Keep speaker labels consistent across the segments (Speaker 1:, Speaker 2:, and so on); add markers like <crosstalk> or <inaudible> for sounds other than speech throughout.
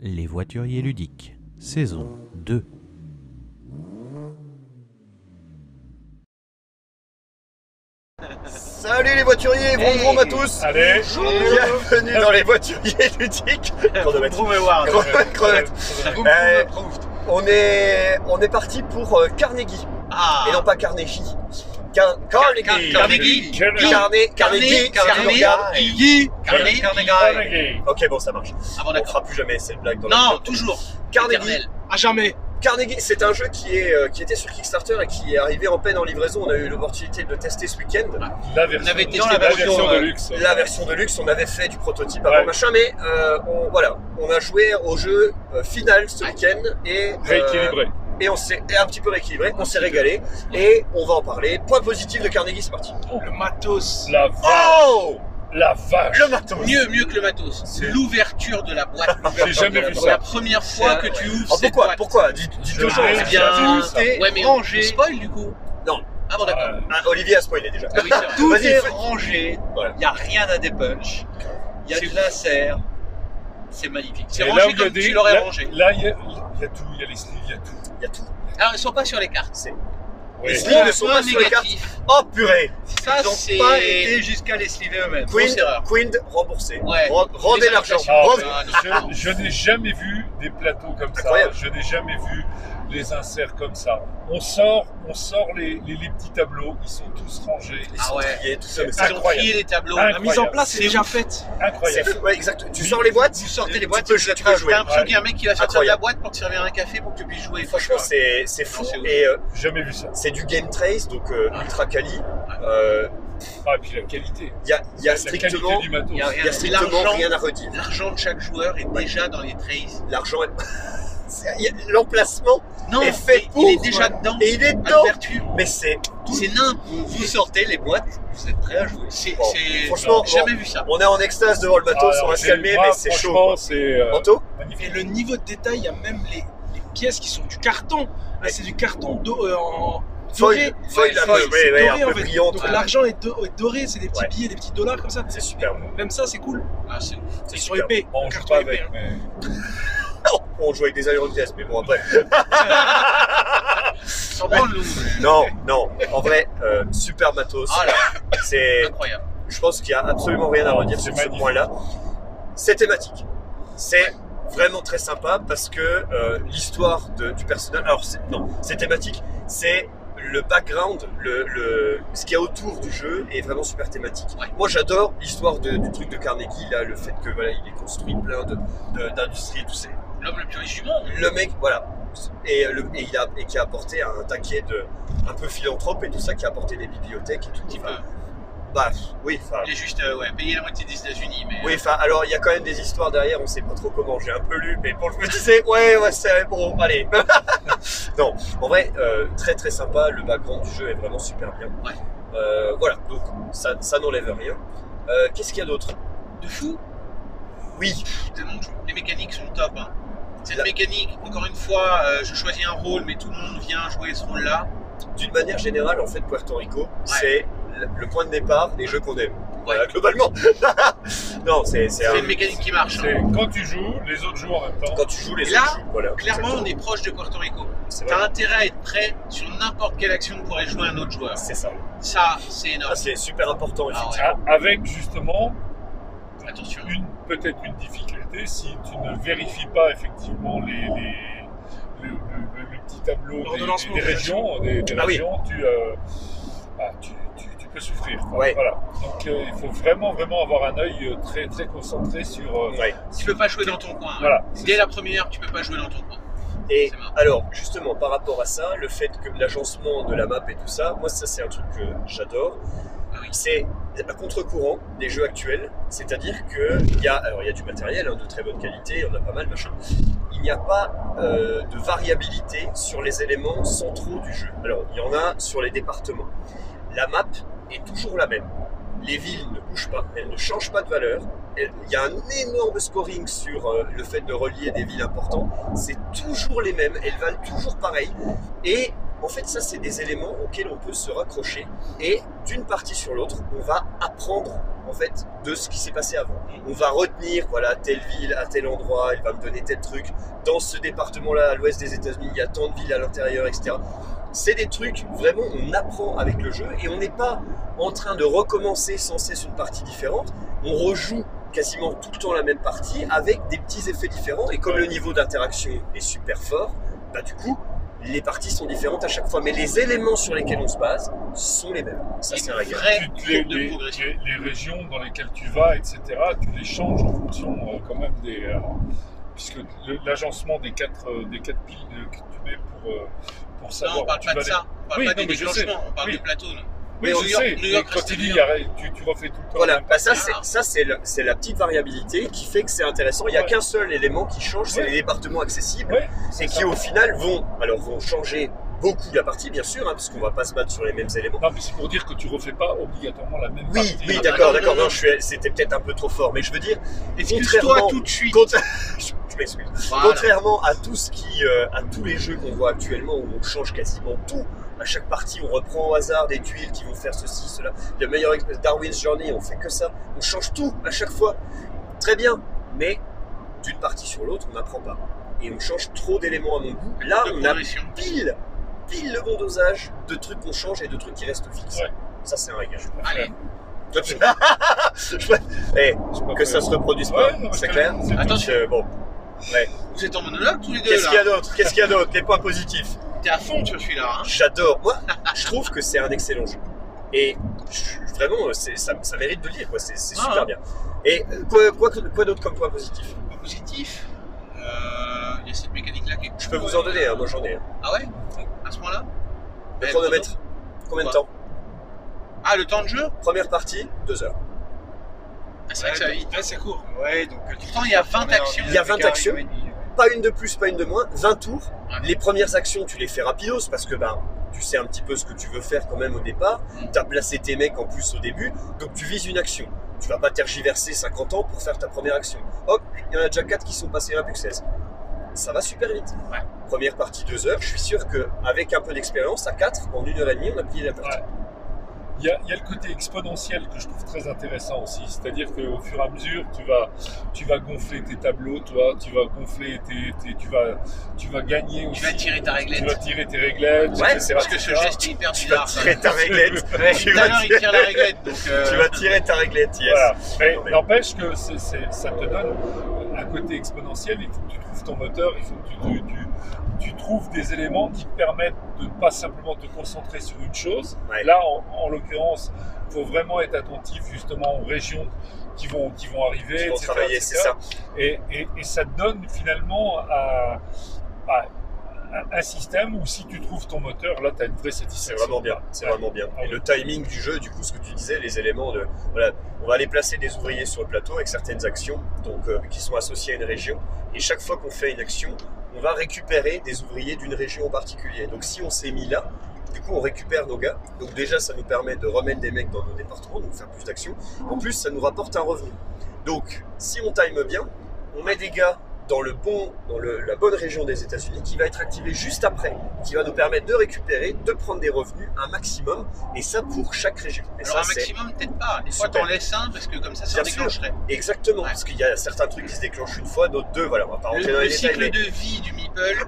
Speaker 1: Les voituriers ludiques, saison 2.
Speaker 2: Salut les voituriers, vroom vroom à tous
Speaker 3: Allez,
Speaker 2: Bienvenue dans les voituriers ludiques Chronomètre Chronomètre, chronomètre. Euh, on, est, on est parti pour euh, Carnegie,
Speaker 4: Ah.
Speaker 2: et non pas Carnegie. Car- Ah.
Speaker 4: Carnegie.
Speaker 2: Carnegie
Speaker 3: Carnegie.
Speaker 2: Carne- Carnegie, Carnegie.
Speaker 4: Carnegie.
Speaker 3: Carnegie.
Speaker 2: Ok bon ça marche,
Speaker 4: Ah bon,
Speaker 2: on
Speaker 4: d'accord.
Speaker 2: fera plus jamais cette blague dans
Speaker 4: Non,
Speaker 2: le-
Speaker 4: toujours.
Speaker 2: Carnegie,
Speaker 4: Éternel. À jamais.
Speaker 2: Carnegie, c'est un jeu qui, est, euh, qui était sur Kickstarter et qui est arrivé en peine en livraison. On a eu l'opportunité de le tester ce week-end.
Speaker 3: La version,
Speaker 4: On avait testé
Speaker 3: la
Speaker 4: la
Speaker 3: version,
Speaker 4: version,
Speaker 3: de
Speaker 4: euh,
Speaker 3: luxe.
Speaker 2: La version de luxe, on avait fait du prototype avant
Speaker 3: Ouais.
Speaker 2: machin, mais euh, on, voilà, on a joué au jeu euh, final ce
Speaker 4: Ouais.
Speaker 2: week-end et, euh,
Speaker 3: Rééquilibrée.
Speaker 2: et on s'est et un petit peu rééquilibré, on s'est régalé et on va en parler. Point positif de Carnegie, c'est parti.
Speaker 4: Oh, Le matos.
Speaker 3: La, va-
Speaker 2: Oh
Speaker 3: la vache.
Speaker 2: Le matos
Speaker 4: Mieux, mieux que le matos.
Speaker 3: C'est-
Speaker 4: L'ouverture de la boîte.
Speaker 3: J'ai jamais vu
Speaker 4: C'est la
Speaker 3: ça.
Speaker 4: première fois
Speaker 2: C'est-
Speaker 4: que tu
Speaker 2: Ah,
Speaker 4: ouvres cette
Speaker 2: Pourquoi
Speaker 4: boîte.
Speaker 2: Pourquoi Dites dites
Speaker 3: Je
Speaker 2: deux
Speaker 3: l'ai
Speaker 2: choses.
Speaker 4: Ah,
Speaker 3: J'ai
Speaker 4: bien.
Speaker 3: jamais vu ça.
Speaker 4: Ouais, mais on
Speaker 2: rangé.
Speaker 4: spoil du coup.
Speaker 2: Non.
Speaker 4: Ah bon, d'accord.
Speaker 3: Euh,
Speaker 2: Ah, Olivier a spoilé déjà.
Speaker 4: Ah oui, c'est vrai.
Speaker 5: Tout
Speaker 2: Vas-y,
Speaker 5: est
Speaker 2: fais-
Speaker 5: rangé, il
Speaker 2: Voilà.
Speaker 5: n'y a rien à dépunch, il y a
Speaker 4: C'est
Speaker 5: du
Speaker 4: fou.
Speaker 5: laser, c'est magnifique.
Speaker 4: C'est
Speaker 3: et
Speaker 4: rangé
Speaker 3: là, on
Speaker 4: comme
Speaker 3: a des-
Speaker 4: tu l'aurais
Speaker 3: là-
Speaker 4: rangé.
Speaker 3: Là, il y, a- il y a tout, il y a les slips, il y a tout.
Speaker 2: Il y a tout.
Speaker 4: Alors, ils sont pas sur les cartes.
Speaker 3: Oui.
Speaker 2: Les slips ne sont
Speaker 4: Point
Speaker 2: pas sur les cartes.
Speaker 4: négatif.
Speaker 2: Oh purée
Speaker 4: Ça,
Speaker 5: Ils
Speaker 4: c'est.
Speaker 5: n'ont pas été jusqu'à les sliver eux-mêmes.
Speaker 2: Queen,
Speaker 4: Grosse erreur.
Speaker 2: Queen remboursé.
Speaker 4: Ouais.
Speaker 2: Ren- Rendez
Speaker 4: Les
Speaker 2: l'argent.
Speaker 4: invitations.
Speaker 3: Ah,
Speaker 2: Rendez-
Speaker 4: Ah, non, non.
Speaker 3: Je, je n'ai jamais vu des plateaux comme ça.
Speaker 2: Incroyable.
Speaker 3: Je n'ai jamais vu les inserts comme ça. On sort, on sort les, les, les petits tableaux. Ils sont tous rangés.
Speaker 4: Ah ouais.
Speaker 2: Il y a tout ça, mais
Speaker 4: Ils ont
Speaker 3: Incroyable.
Speaker 4: trié les tableaux.
Speaker 3: Incroyable.
Speaker 4: La mise en place, c'est
Speaker 5: C'est
Speaker 4: déjà
Speaker 5: ouf.
Speaker 4: faite.
Speaker 2: c'est
Speaker 3: Incroyable.
Speaker 2: fou. Ouais, exact. Tu sors les boîtes,
Speaker 5: Vous sortez
Speaker 2: tu
Speaker 5: les boîtes,
Speaker 2: peux-
Speaker 5: vous êtes
Speaker 2: tu peux jouer.
Speaker 4: T'as l'impression
Speaker 3: Ouais.
Speaker 4: qu'il y a un mec qui va sortir de la
Speaker 2: Incroyable.
Speaker 4: boîte pour te servir un café pour que tu puisses jouer.
Speaker 2: Franchement, c'est c'est fou.
Speaker 4: Non, c'est ouf.
Speaker 2: Et euh,
Speaker 3: J'ai Jamais vu ça.
Speaker 2: c'est du game trace, donc euh, ultra quali. Il
Speaker 3: Ah, et puis la qualité.
Speaker 2: y, a, y a
Speaker 3: La qualité
Speaker 2: strictement,
Speaker 3: du
Speaker 4: Il
Speaker 3: matos.
Speaker 4: y a
Speaker 2: y a
Speaker 4: rien.
Speaker 2: strictement
Speaker 4: L'argent,
Speaker 2: rien à redire.
Speaker 4: l'argent de chaque joueur est déjà dans les trays.
Speaker 2: L'argent, est- <laughs> c'est- y a- l'emplacement
Speaker 4: Non,
Speaker 2: est fait
Speaker 4: il-
Speaker 2: pour.
Speaker 4: il est déjà dedans.
Speaker 2: Et il est
Speaker 4: à
Speaker 2: dedans.
Speaker 4: l'ouverture.
Speaker 2: Mais c'est,
Speaker 4: C'est nimp.
Speaker 5: Vous sortez les boîtes, vous êtes prêts à jouer.
Speaker 4: C'est,
Speaker 2: Bon,
Speaker 4: c'est-
Speaker 2: franchement,
Speaker 4: j'ai jamais vu ça.
Speaker 2: on est en extase devant le bateau,
Speaker 3: Ah,
Speaker 2: on va
Speaker 3: c'est-
Speaker 2: se calmer,
Speaker 3: moi,
Speaker 2: mais c'est chaud.
Speaker 3: Franchement,
Speaker 2: quoi.
Speaker 3: c'est euh,
Speaker 2: Anto,
Speaker 3: magnifique.
Speaker 6: Et le niveau de détail, il y a même les, les pièces qui sont du carton. Là, c'est du carton do- euh, en doré.
Speaker 2: foil, foil,
Speaker 4: Ouais,
Speaker 2: un peu,
Speaker 4: foil,
Speaker 2: ouais, ouais,
Speaker 6: doré,
Speaker 2: un peu
Speaker 6: en fait.
Speaker 2: brillante.
Speaker 6: Donc
Speaker 2: ouais.
Speaker 6: l'argent est, do- est doré, c'est des petits
Speaker 2: Ouais.
Speaker 6: billets, des petits dollars comme ça.
Speaker 2: C'est super.
Speaker 6: Même ça, c'est cool.
Speaker 4: Ah, c'est ouf.
Speaker 2: C'est
Speaker 6: Ils sont
Speaker 2: super.
Speaker 6: épais.
Speaker 3: Bon,
Speaker 6: le
Speaker 3: je joue
Speaker 6: carton
Speaker 3: pas
Speaker 6: est épais,
Speaker 3: avec,
Speaker 6: hein.
Speaker 3: mais.
Speaker 2: On joue avec des avions de vitesse, mais bon, après.
Speaker 4: Sans prendre le
Speaker 2: Non, non. En vrai, euh, super matos.
Speaker 4: Ah là,
Speaker 2: C'est,
Speaker 4: incroyable.
Speaker 2: je pense qu'il n'y a absolument rien à redire sur ce
Speaker 3: magnifique.
Speaker 2: point-là. C'est thématique. C'est vraiment très sympa parce que euh, l'histoire de- du personnage. Alors, c'est- non, c'est thématique. C'est le background, le, le- ce qu'il y a autour du jeu est vraiment super thématique.
Speaker 4: Ouais.
Speaker 2: Moi, j'adore l'histoire de- du truc de Carnegie, là, le fait que voilà, il est construit plein de, de- d'industries et tout ça
Speaker 4: L'homme le plus riche du monde.
Speaker 2: le mec, voilà, et, euh, le, et il a, et qui a apporté un taquet de, un peu philanthrope et tout ça, qui a apporté des bibliothèques et tout.
Speaker 4: petit
Speaker 2: Enfin,
Speaker 4: peu.
Speaker 2: bah, oui, enfin,
Speaker 4: Il est juste euh, ouais, payé la moitié des États-Unis, mais.
Speaker 2: oui, enfin, alors il y a quand même des histoires derrière, on sait pas trop comment, j'ai un peu lu, mais bon, je me disais, ouais, ouais, c'est bon, allez. <laughs> non, en vrai, euh, très très sympa, le background du jeu est vraiment super bien.
Speaker 4: Ouais.
Speaker 2: Euh, voilà, donc ça, ça n'enlève rien. Euh, Qu'est-ce qu'il y a d'autre
Speaker 4: De fou.
Speaker 2: Oui,
Speaker 4: Putain, non, je- Les mécaniques sont top. Hein. Cette
Speaker 2: La-
Speaker 4: mécanique, encore une fois, euh, je choisis un rôle, mais tout le monde vient jouer ce rôle-là.
Speaker 2: d'une manière générale, en fait, Puerto Rico, c'est le- le point de départ des jeux qu'on aime.
Speaker 4: Ouais.
Speaker 2: Voilà, globalement. <laughs> non, c'est c'est
Speaker 4: C'est
Speaker 2: un-
Speaker 4: une mécanique qui marche. hein.
Speaker 3: C'est quand tu joues, les autres jouent en même temps.
Speaker 2: quand tu joues les
Speaker 4: Là,
Speaker 2: autres jeux, voilà.
Speaker 4: Clairement, on
Speaker 2: Exactement.
Speaker 4: est proche de Puerto Rico.
Speaker 2: C'est vrai.
Speaker 4: T'as intérêt à être prêt sur n'importe quelle action pour aller jouer un autre joueur.
Speaker 2: C'est ça.
Speaker 4: Ça, c'est
Speaker 2: Ah,
Speaker 4: énorme.
Speaker 2: c'est super important.
Speaker 4: Ah ouais,
Speaker 3: A- Avec justement
Speaker 4: attention.
Speaker 3: une peut-être une difficulté si tu ne vérifies pas effectivement les, les- le, le- le- le petit tableau des- des,
Speaker 6: L'ordonnancement des
Speaker 3: régions, des, des
Speaker 2: Ah oui.
Speaker 3: régions, tu, euh, ah, tu, tu- tu peux souffrir. quoi.
Speaker 2: Ouais.
Speaker 3: Voilà. Donc euh, il faut vraiment vraiment avoir un œil euh, très très concentré sur. euh,
Speaker 2: Ouais.
Speaker 4: Tu peux pas jouer dans ton coin. hein.
Speaker 3: Voilà.
Speaker 4: Dès la première, tu peux pas jouer dans ton coin.
Speaker 2: Et
Speaker 4: C'est marrant.
Speaker 2: alors, justement, par rapport à ça, le fait que l'agencement de la map et tout ça, moi, ça, c'est un truc que j'adore.
Speaker 4: Ah oui.
Speaker 2: C'est à contre-courant des jeux actuels, c'est-à-dire qu'il y, a- alors, il y a du matériel hein, de très bonne qualité, on a pas mal, machin. Il n'y a pas euh, de variabilité sur les éléments centraux du jeu. Alors, il y en a sur les départements. La map est toujours la même. Les villes ne bougent pas, elles ne changent pas de valeur. Elles- Il y a un énorme scoring sur euh, le fait de relier des villes importantes c'est toujours les mêmes, elles valent toujours pareil. Et En fait, ça, c'est des éléments auxquels on peut se raccrocher. Et d'une partie sur l'autre, on va apprendre en fait de ce qui s'est passé avant. On va retenir, voilà, telle ville, à tel endroit, il va me donner tel truc. Dans ce département-là, à l'ouest des États-Unis, il y a tant de villes à l'intérieur, etc. C'est des trucs, vraiment, on apprend avec le jeu et on n'est pas en train de recommencer sans cesse une partie différente. On rejoue quasiment tout le temps la même partie avec des petits effets différents. Et comme le niveau d'interaction est super fort, bah du coup, les parties sont différentes à chaque fois. Mais les éléments sur lesquels on se base sont les mêmes. Ça, c'est un régal.
Speaker 5: Vrai
Speaker 3: Tu- les,
Speaker 5: courbe de
Speaker 3: les-
Speaker 5: progression.
Speaker 3: les- les régions dans lesquelles tu vas, etc., tu les changes en fonction euh, quand même des. euh, puisque le- l'agencement des quatre, euh, des quatre piles euh, que tu mets pour, euh, pour
Speaker 5: Non,
Speaker 3: savoir.
Speaker 5: on parle
Speaker 3: tu
Speaker 5: pas de
Speaker 3: vas
Speaker 5: ça. On parle
Speaker 3: Oui,
Speaker 5: pas
Speaker 3: non,
Speaker 5: des
Speaker 3: mais je sais.
Speaker 5: déclenchements, on parle
Speaker 3: Oui.
Speaker 5: de plateau. nous.
Speaker 3: les- Oui,
Speaker 5: New
Speaker 3: je
Speaker 5: York-
Speaker 3: sais,
Speaker 5: New
Speaker 3: mais
Speaker 5: York
Speaker 3: quand
Speaker 5: reste
Speaker 3: il dit,
Speaker 5: New
Speaker 3: il y a- tu, tu refais tout le temps.
Speaker 2: Voilà,
Speaker 3: la même
Speaker 2: bah ça
Speaker 5: Ah.
Speaker 2: c'est ça c'est le- c'est la petite variabilité qui fait que c'est intéressant. Il n'y a
Speaker 3: Ouais.
Speaker 2: qu'un seul élément qui change, c'est
Speaker 3: Ouais.
Speaker 2: les départements accessibles
Speaker 3: Ouais,
Speaker 2: et qui
Speaker 3: ça.
Speaker 2: au final vont alors vont changer beaucoup la partie bien sûr hein, parce qu'on va pas se battre sur les mêmes éléments.
Speaker 3: Non, mais c'est pour dire que tu refais pas obligatoirement la même
Speaker 2: Oui,
Speaker 3: partie.
Speaker 2: oui,
Speaker 5: Ah,
Speaker 2: d'accord,
Speaker 5: non,
Speaker 2: d'accord.
Speaker 5: non,
Speaker 2: Non, je suis- c'était peut-être un peu trop fort, mais je veux dire,
Speaker 5: Excuse-toi
Speaker 2: Contrairement-
Speaker 5: tout de suite.
Speaker 2: contra- je je m'excuse.
Speaker 5: Voilà.
Speaker 2: Contrairement à tout ce qui, euh, à tous les jeux qu'on voit actuellement où on change quasiment tout, à chaque partie on reprend au hasard des tuiles qui vont faire ceci, cela. Le meilleur ex- Darwin's Journey, on fait que ça, on change tout à chaque fois. Très bien, mais d'une partie sur l'autre, on n'apprend pas et on change trop d'éléments à mon goût. Là,
Speaker 5: de
Speaker 2: on a
Speaker 5: progression.
Speaker 2: pile, pile le bon dosage de trucs qu'on change et de trucs qui restent fixes.
Speaker 3: Ouais.
Speaker 2: Ça, c'est un régal.
Speaker 5: Allez,
Speaker 2: <laughs>
Speaker 3: Contrairement
Speaker 2: Eh, que ça se reproduise pas, c'est clair.
Speaker 5: Attends,
Speaker 2: Donc, euh, bon,
Speaker 5: vous êtes en monologue tous les deux
Speaker 2: qu'est-ce qu'il y
Speaker 5: là.
Speaker 2: a d'autre Qu'est-ce qu'il y a d'autre Les points positifs.
Speaker 5: T'es à fond sur celui-là. hein.
Speaker 2: J'adore. Moi, je trouve que c'est un excellent jeu. Et je- vraiment, c'est- ça, ça mérite de le lire. quoi. C'est c'est
Speaker 5: Ah,
Speaker 2: super
Speaker 5: hein.
Speaker 2: bien. Et euh, quoi, quoi, que- quoi d'autre comme point positif
Speaker 5: Point positif. euh, Il y a cette mécanique là qui est.
Speaker 2: Je peux vous en donner. hein, moi, j'en ai. un.
Speaker 5: Ah ouais À ce moment-là
Speaker 2: Le
Speaker 5: Eh,
Speaker 2: chronomètre. Combien de
Speaker 5: Ouais.
Speaker 2: temps
Speaker 5: Ah, le temps de jeu
Speaker 2: Première partie, deux heures.
Speaker 5: Ah, C'est vrai que ça va vite.
Speaker 6: Ouais, c'est court.
Speaker 4: Ouais, donc. tu-
Speaker 5: Pourtant, il y a 20 actions.
Speaker 2: Il y a 20
Speaker 4: carré,
Speaker 2: actions.
Speaker 4: ouais, il-
Speaker 2: Pas une de plus, pas une de moins. 20 tours.
Speaker 5: Ouais.
Speaker 2: Les premières actions, tu les fais rapidos parce que bah, tu sais un petit peu ce que tu veux faire quand même au départ.
Speaker 5: Mm.
Speaker 2: Tu as placé tes mecs en plus au début. Donc, tu vises une action. Tu vas pas tergiverser 50 ans pour faire ta première action. Hop, il y en a déjà 4 qui sont passés à Buxès. Ça va super vite.
Speaker 5: Ouais.
Speaker 2: Première partie 2 heures, je suis sûr que avec un peu d'expérience, à 4, en 1 heure et demie, on a plié la partie.
Speaker 3: Il y, a, il y a le côté exponentiel que je trouve très intéressant aussi. C'est-à-dire qu'au fur et à mesure, tu vas, tu vas gonfler tes tableaux, toi, tu vas gonfler tes, tes- tu vas, tu vas gagner aussi.
Speaker 5: vas tirer ta réglette.
Speaker 3: Tu vas tirer tes réglettes.
Speaker 2: Ouais,
Speaker 3: etc.,
Speaker 5: Parce que ce
Speaker 3: etc.
Speaker 5: geste est hyper
Speaker 2: Tu vas
Speaker 5: bizarre. ça.
Speaker 2: tirer ta réglette. tu,
Speaker 5: Tout à
Speaker 2: vas
Speaker 5: l'heure, il
Speaker 2: tirer,
Speaker 5: tire la réglette. Donc, euh,
Speaker 2: tu vas tirer ta réglette, yes.
Speaker 3: Voilà. Mais
Speaker 2: Non, mais-
Speaker 3: n'empêche que c'est- c'est- ça te donne un côté exponentiel. Il faut que tu trouves ton moteur, il faut que tu, tu- tu- tu trouves des éléments qui te permettent de ne pas simplement te concentrer sur une chose.
Speaker 2: Ouais.
Speaker 3: Là, en, en l'occurrence, il faut vraiment être attentif justement aux régions qui vont, qui vont arriver.
Speaker 2: Ils vont
Speaker 3: etc.,
Speaker 2: travailler,
Speaker 3: etc.
Speaker 2: c'est ça.
Speaker 3: Et, et- et ça te donne finalement à- à- un- un système où si tu trouves ton moteur, là, tu as une vraie
Speaker 2: C'est
Speaker 3: satisfaction.
Speaker 2: vraiment bien, c'est vraiment bien. Et le timing du jeu, du coup, ce que tu disais, les éléments de. Voilà, on va aller placer des ouvriers sur le plateau avec certaines actions donc, euh, qui sont associées à une région. Et chaque fois qu'on fait une action, on va récupérer des ouvriers d'une région en particulier. Donc si on s'est mis là, du coup, on récupère nos gars. Donc déjà, ça nous permet de remettre des mecs dans nos départements, donc faire plus d'actions. En plus, ça nous rapporte un revenu. Donc, si on time bien, on met des gars dans, le bon, dans le- la bonne région des États-Unis qui va être activée juste après qui va nous permettre de récupérer, de prendre des revenus, un maximum, et ça pour chaque région. Et
Speaker 5: Alors, un
Speaker 2: ça, c'est
Speaker 5: maximum, peut-être pas. Des fois,
Speaker 2: Super.
Speaker 5: t'en laisses un parce que comme ça, ça
Speaker 2: Bien sûr.
Speaker 5: déclencherait.
Speaker 2: exactement,
Speaker 5: Ouais.
Speaker 2: parce qu'il y a certains trucs qui se déclenchent une fois, d'autres deux, voilà, on va pas rentrer dans
Speaker 5: Le,
Speaker 2: les
Speaker 5: le
Speaker 2: détails, mais
Speaker 5: cycle de vie du Meeple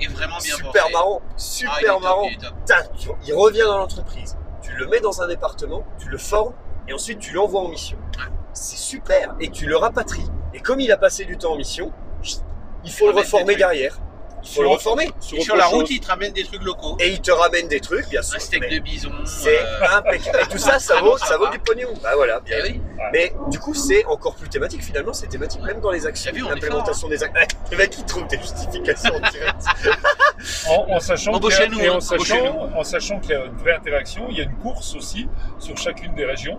Speaker 5: est vraiment bien
Speaker 2: super
Speaker 5: pensé.
Speaker 2: marrant,
Speaker 5: Ah, il est
Speaker 2: super
Speaker 5: top,
Speaker 2: marrant.
Speaker 5: il est top.
Speaker 2: Tac, tu vois, il revient dans l'entreprise, tu le mets dans un département, tu le formes, et ensuite tu l'envoies en mission. C'est super, et tu le rapatries. Et comme il a passé du temps en mission, il faut le
Speaker 5: Il ramène des
Speaker 2: reformer
Speaker 5: trucs.
Speaker 2: derrière. Il faut
Speaker 3: Sur-
Speaker 2: le reformer.
Speaker 5: Et sur la
Speaker 3: autre
Speaker 5: route,
Speaker 3: chose.
Speaker 5: il te ramène des trucs locaux.
Speaker 2: Et il te ramène des trucs, bien sûr.
Speaker 5: un steak
Speaker 2: mais
Speaker 5: de bison.
Speaker 2: C'est
Speaker 5: euh,
Speaker 2: impeccable. Et tout ça,
Speaker 5: <laughs>
Speaker 2: ça
Speaker 5: Ah
Speaker 2: vaut,
Speaker 5: non, ça
Speaker 2: ça vaut
Speaker 5: va.
Speaker 2: du pognon. Bah voilà, bien
Speaker 5: eh oui.
Speaker 2: Mais du coup, c'est encore plus thématique finalement, c'est thématique même dans les actions,
Speaker 5: T'as vu, on est hein.
Speaker 2: l'implémentation des actions. <laughs> Les mecs, ils trouvent des justifications en direct.
Speaker 3: En, en sachant qu'il y a-
Speaker 5: Embauchez-nous,
Speaker 3: et en
Speaker 5: hein,
Speaker 3: sachant-
Speaker 5: embauchez-nous.
Speaker 3: en sachant qu'il y a une vraie interaction, il y a une course aussi sur chacune des régions.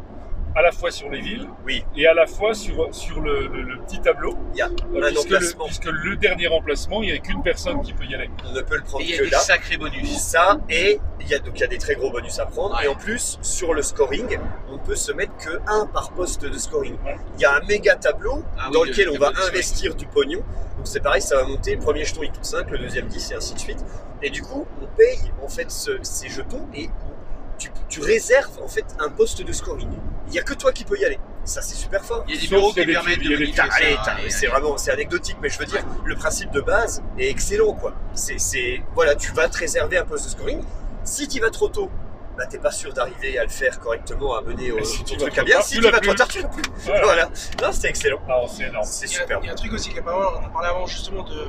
Speaker 3: à la fois sur les villes
Speaker 2: Oui.
Speaker 3: et à la fois sur, sur le, le- le petit tableau.
Speaker 2: Il y a
Speaker 3: euh,
Speaker 2: un
Speaker 3: puisque,
Speaker 2: emplacement.
Speaker 3: le, puisque le dernier emplacement, il n'y a qu'une personne qui peut y aller.
Speaker 2: On ne peut le prendre
Speaker 5: Et il y
Speaker 2: que
Speaker 5: a des
Speaker 2: là.
Speaker 5: sacrés bonus.
Speaker 2: Ça, et il y, a, donc, il y a des très gros bonus à prendre.
Speaker 5: Ouais.
Speaker 2: Et en plus, sur le scoring, on ne peut se mettre que un par poste de scoring.
Speaker 3: Ouais.
Speaker 2: Il y a un méga tableau
Speaker 5: Ah oui,
Speaker 2: dans
Speaker 5: le
Speaker 2: lequel on va
Speaker 5: tableau de scoring.
Speaker 2: investir du pognon. Donc c'est pareil, ça va monter. Le premier jeton, il coûte 5, le deuxième 10, et ainsi de suite. Et du coup, on paye en fait ce- ces jetons et on- tu, tu réserves en fait un poste de scoring. Il n'y a que toi qui peux y aller. Et ça, c'est super fort.
Speaker 5: Il y a des
Speaker 3: Sauf
Speaker 5: bureaux
Speaker 3: s'il y a
Speaker 5: qui
Speaker 3: des-
Speaker 5: permettent
Speaker 3: il y a
Speaker 5: de
Speaker 3: des-
Speaker 5: bonifier
Speaker 2: T'as-
Speaker 5: ça. euh,
Speaker 2: allez, t'as-
Speaker 5: Allez,
Speaker 2: c'est
Speaker 5: allez.
Speaker 2: vraiment c'est anecdotique, mais je veux dire, le principe de base est excellent, quoi. C'est, c'est- voilà, tu vas te réserver un poste de scoring. Si tu vas trop tôt, bah t'es pas sûr d'arriver à le faire correctement, à mener au
Speaker 3: Et si
Speaker 2: ton
Speaker 3: tu vas
Speaker 2: truc
Speaker 3: trop
Speaker 2: à bien.
Speaker 3: tard,
Speaker 2: Si
Speaker 3: tu
Speaker 2: tu
Speaker 3: l'as
Speaker 2: vas trop
Speaker 3: plus.
Speaker 2: tard, tu l'as plus. <laughs>
Speaker 3: Voilà.
Speaker 2: Voilà. Non, c'était excellent.
Speaker 3: Ah, c'est énorme.
Speaker 2: C'est
Speaker 6: Il y a-
Speaker 2: super.
Speaker 6: Il y a un truc aussi qui est pas mal, on en parlait avant justement de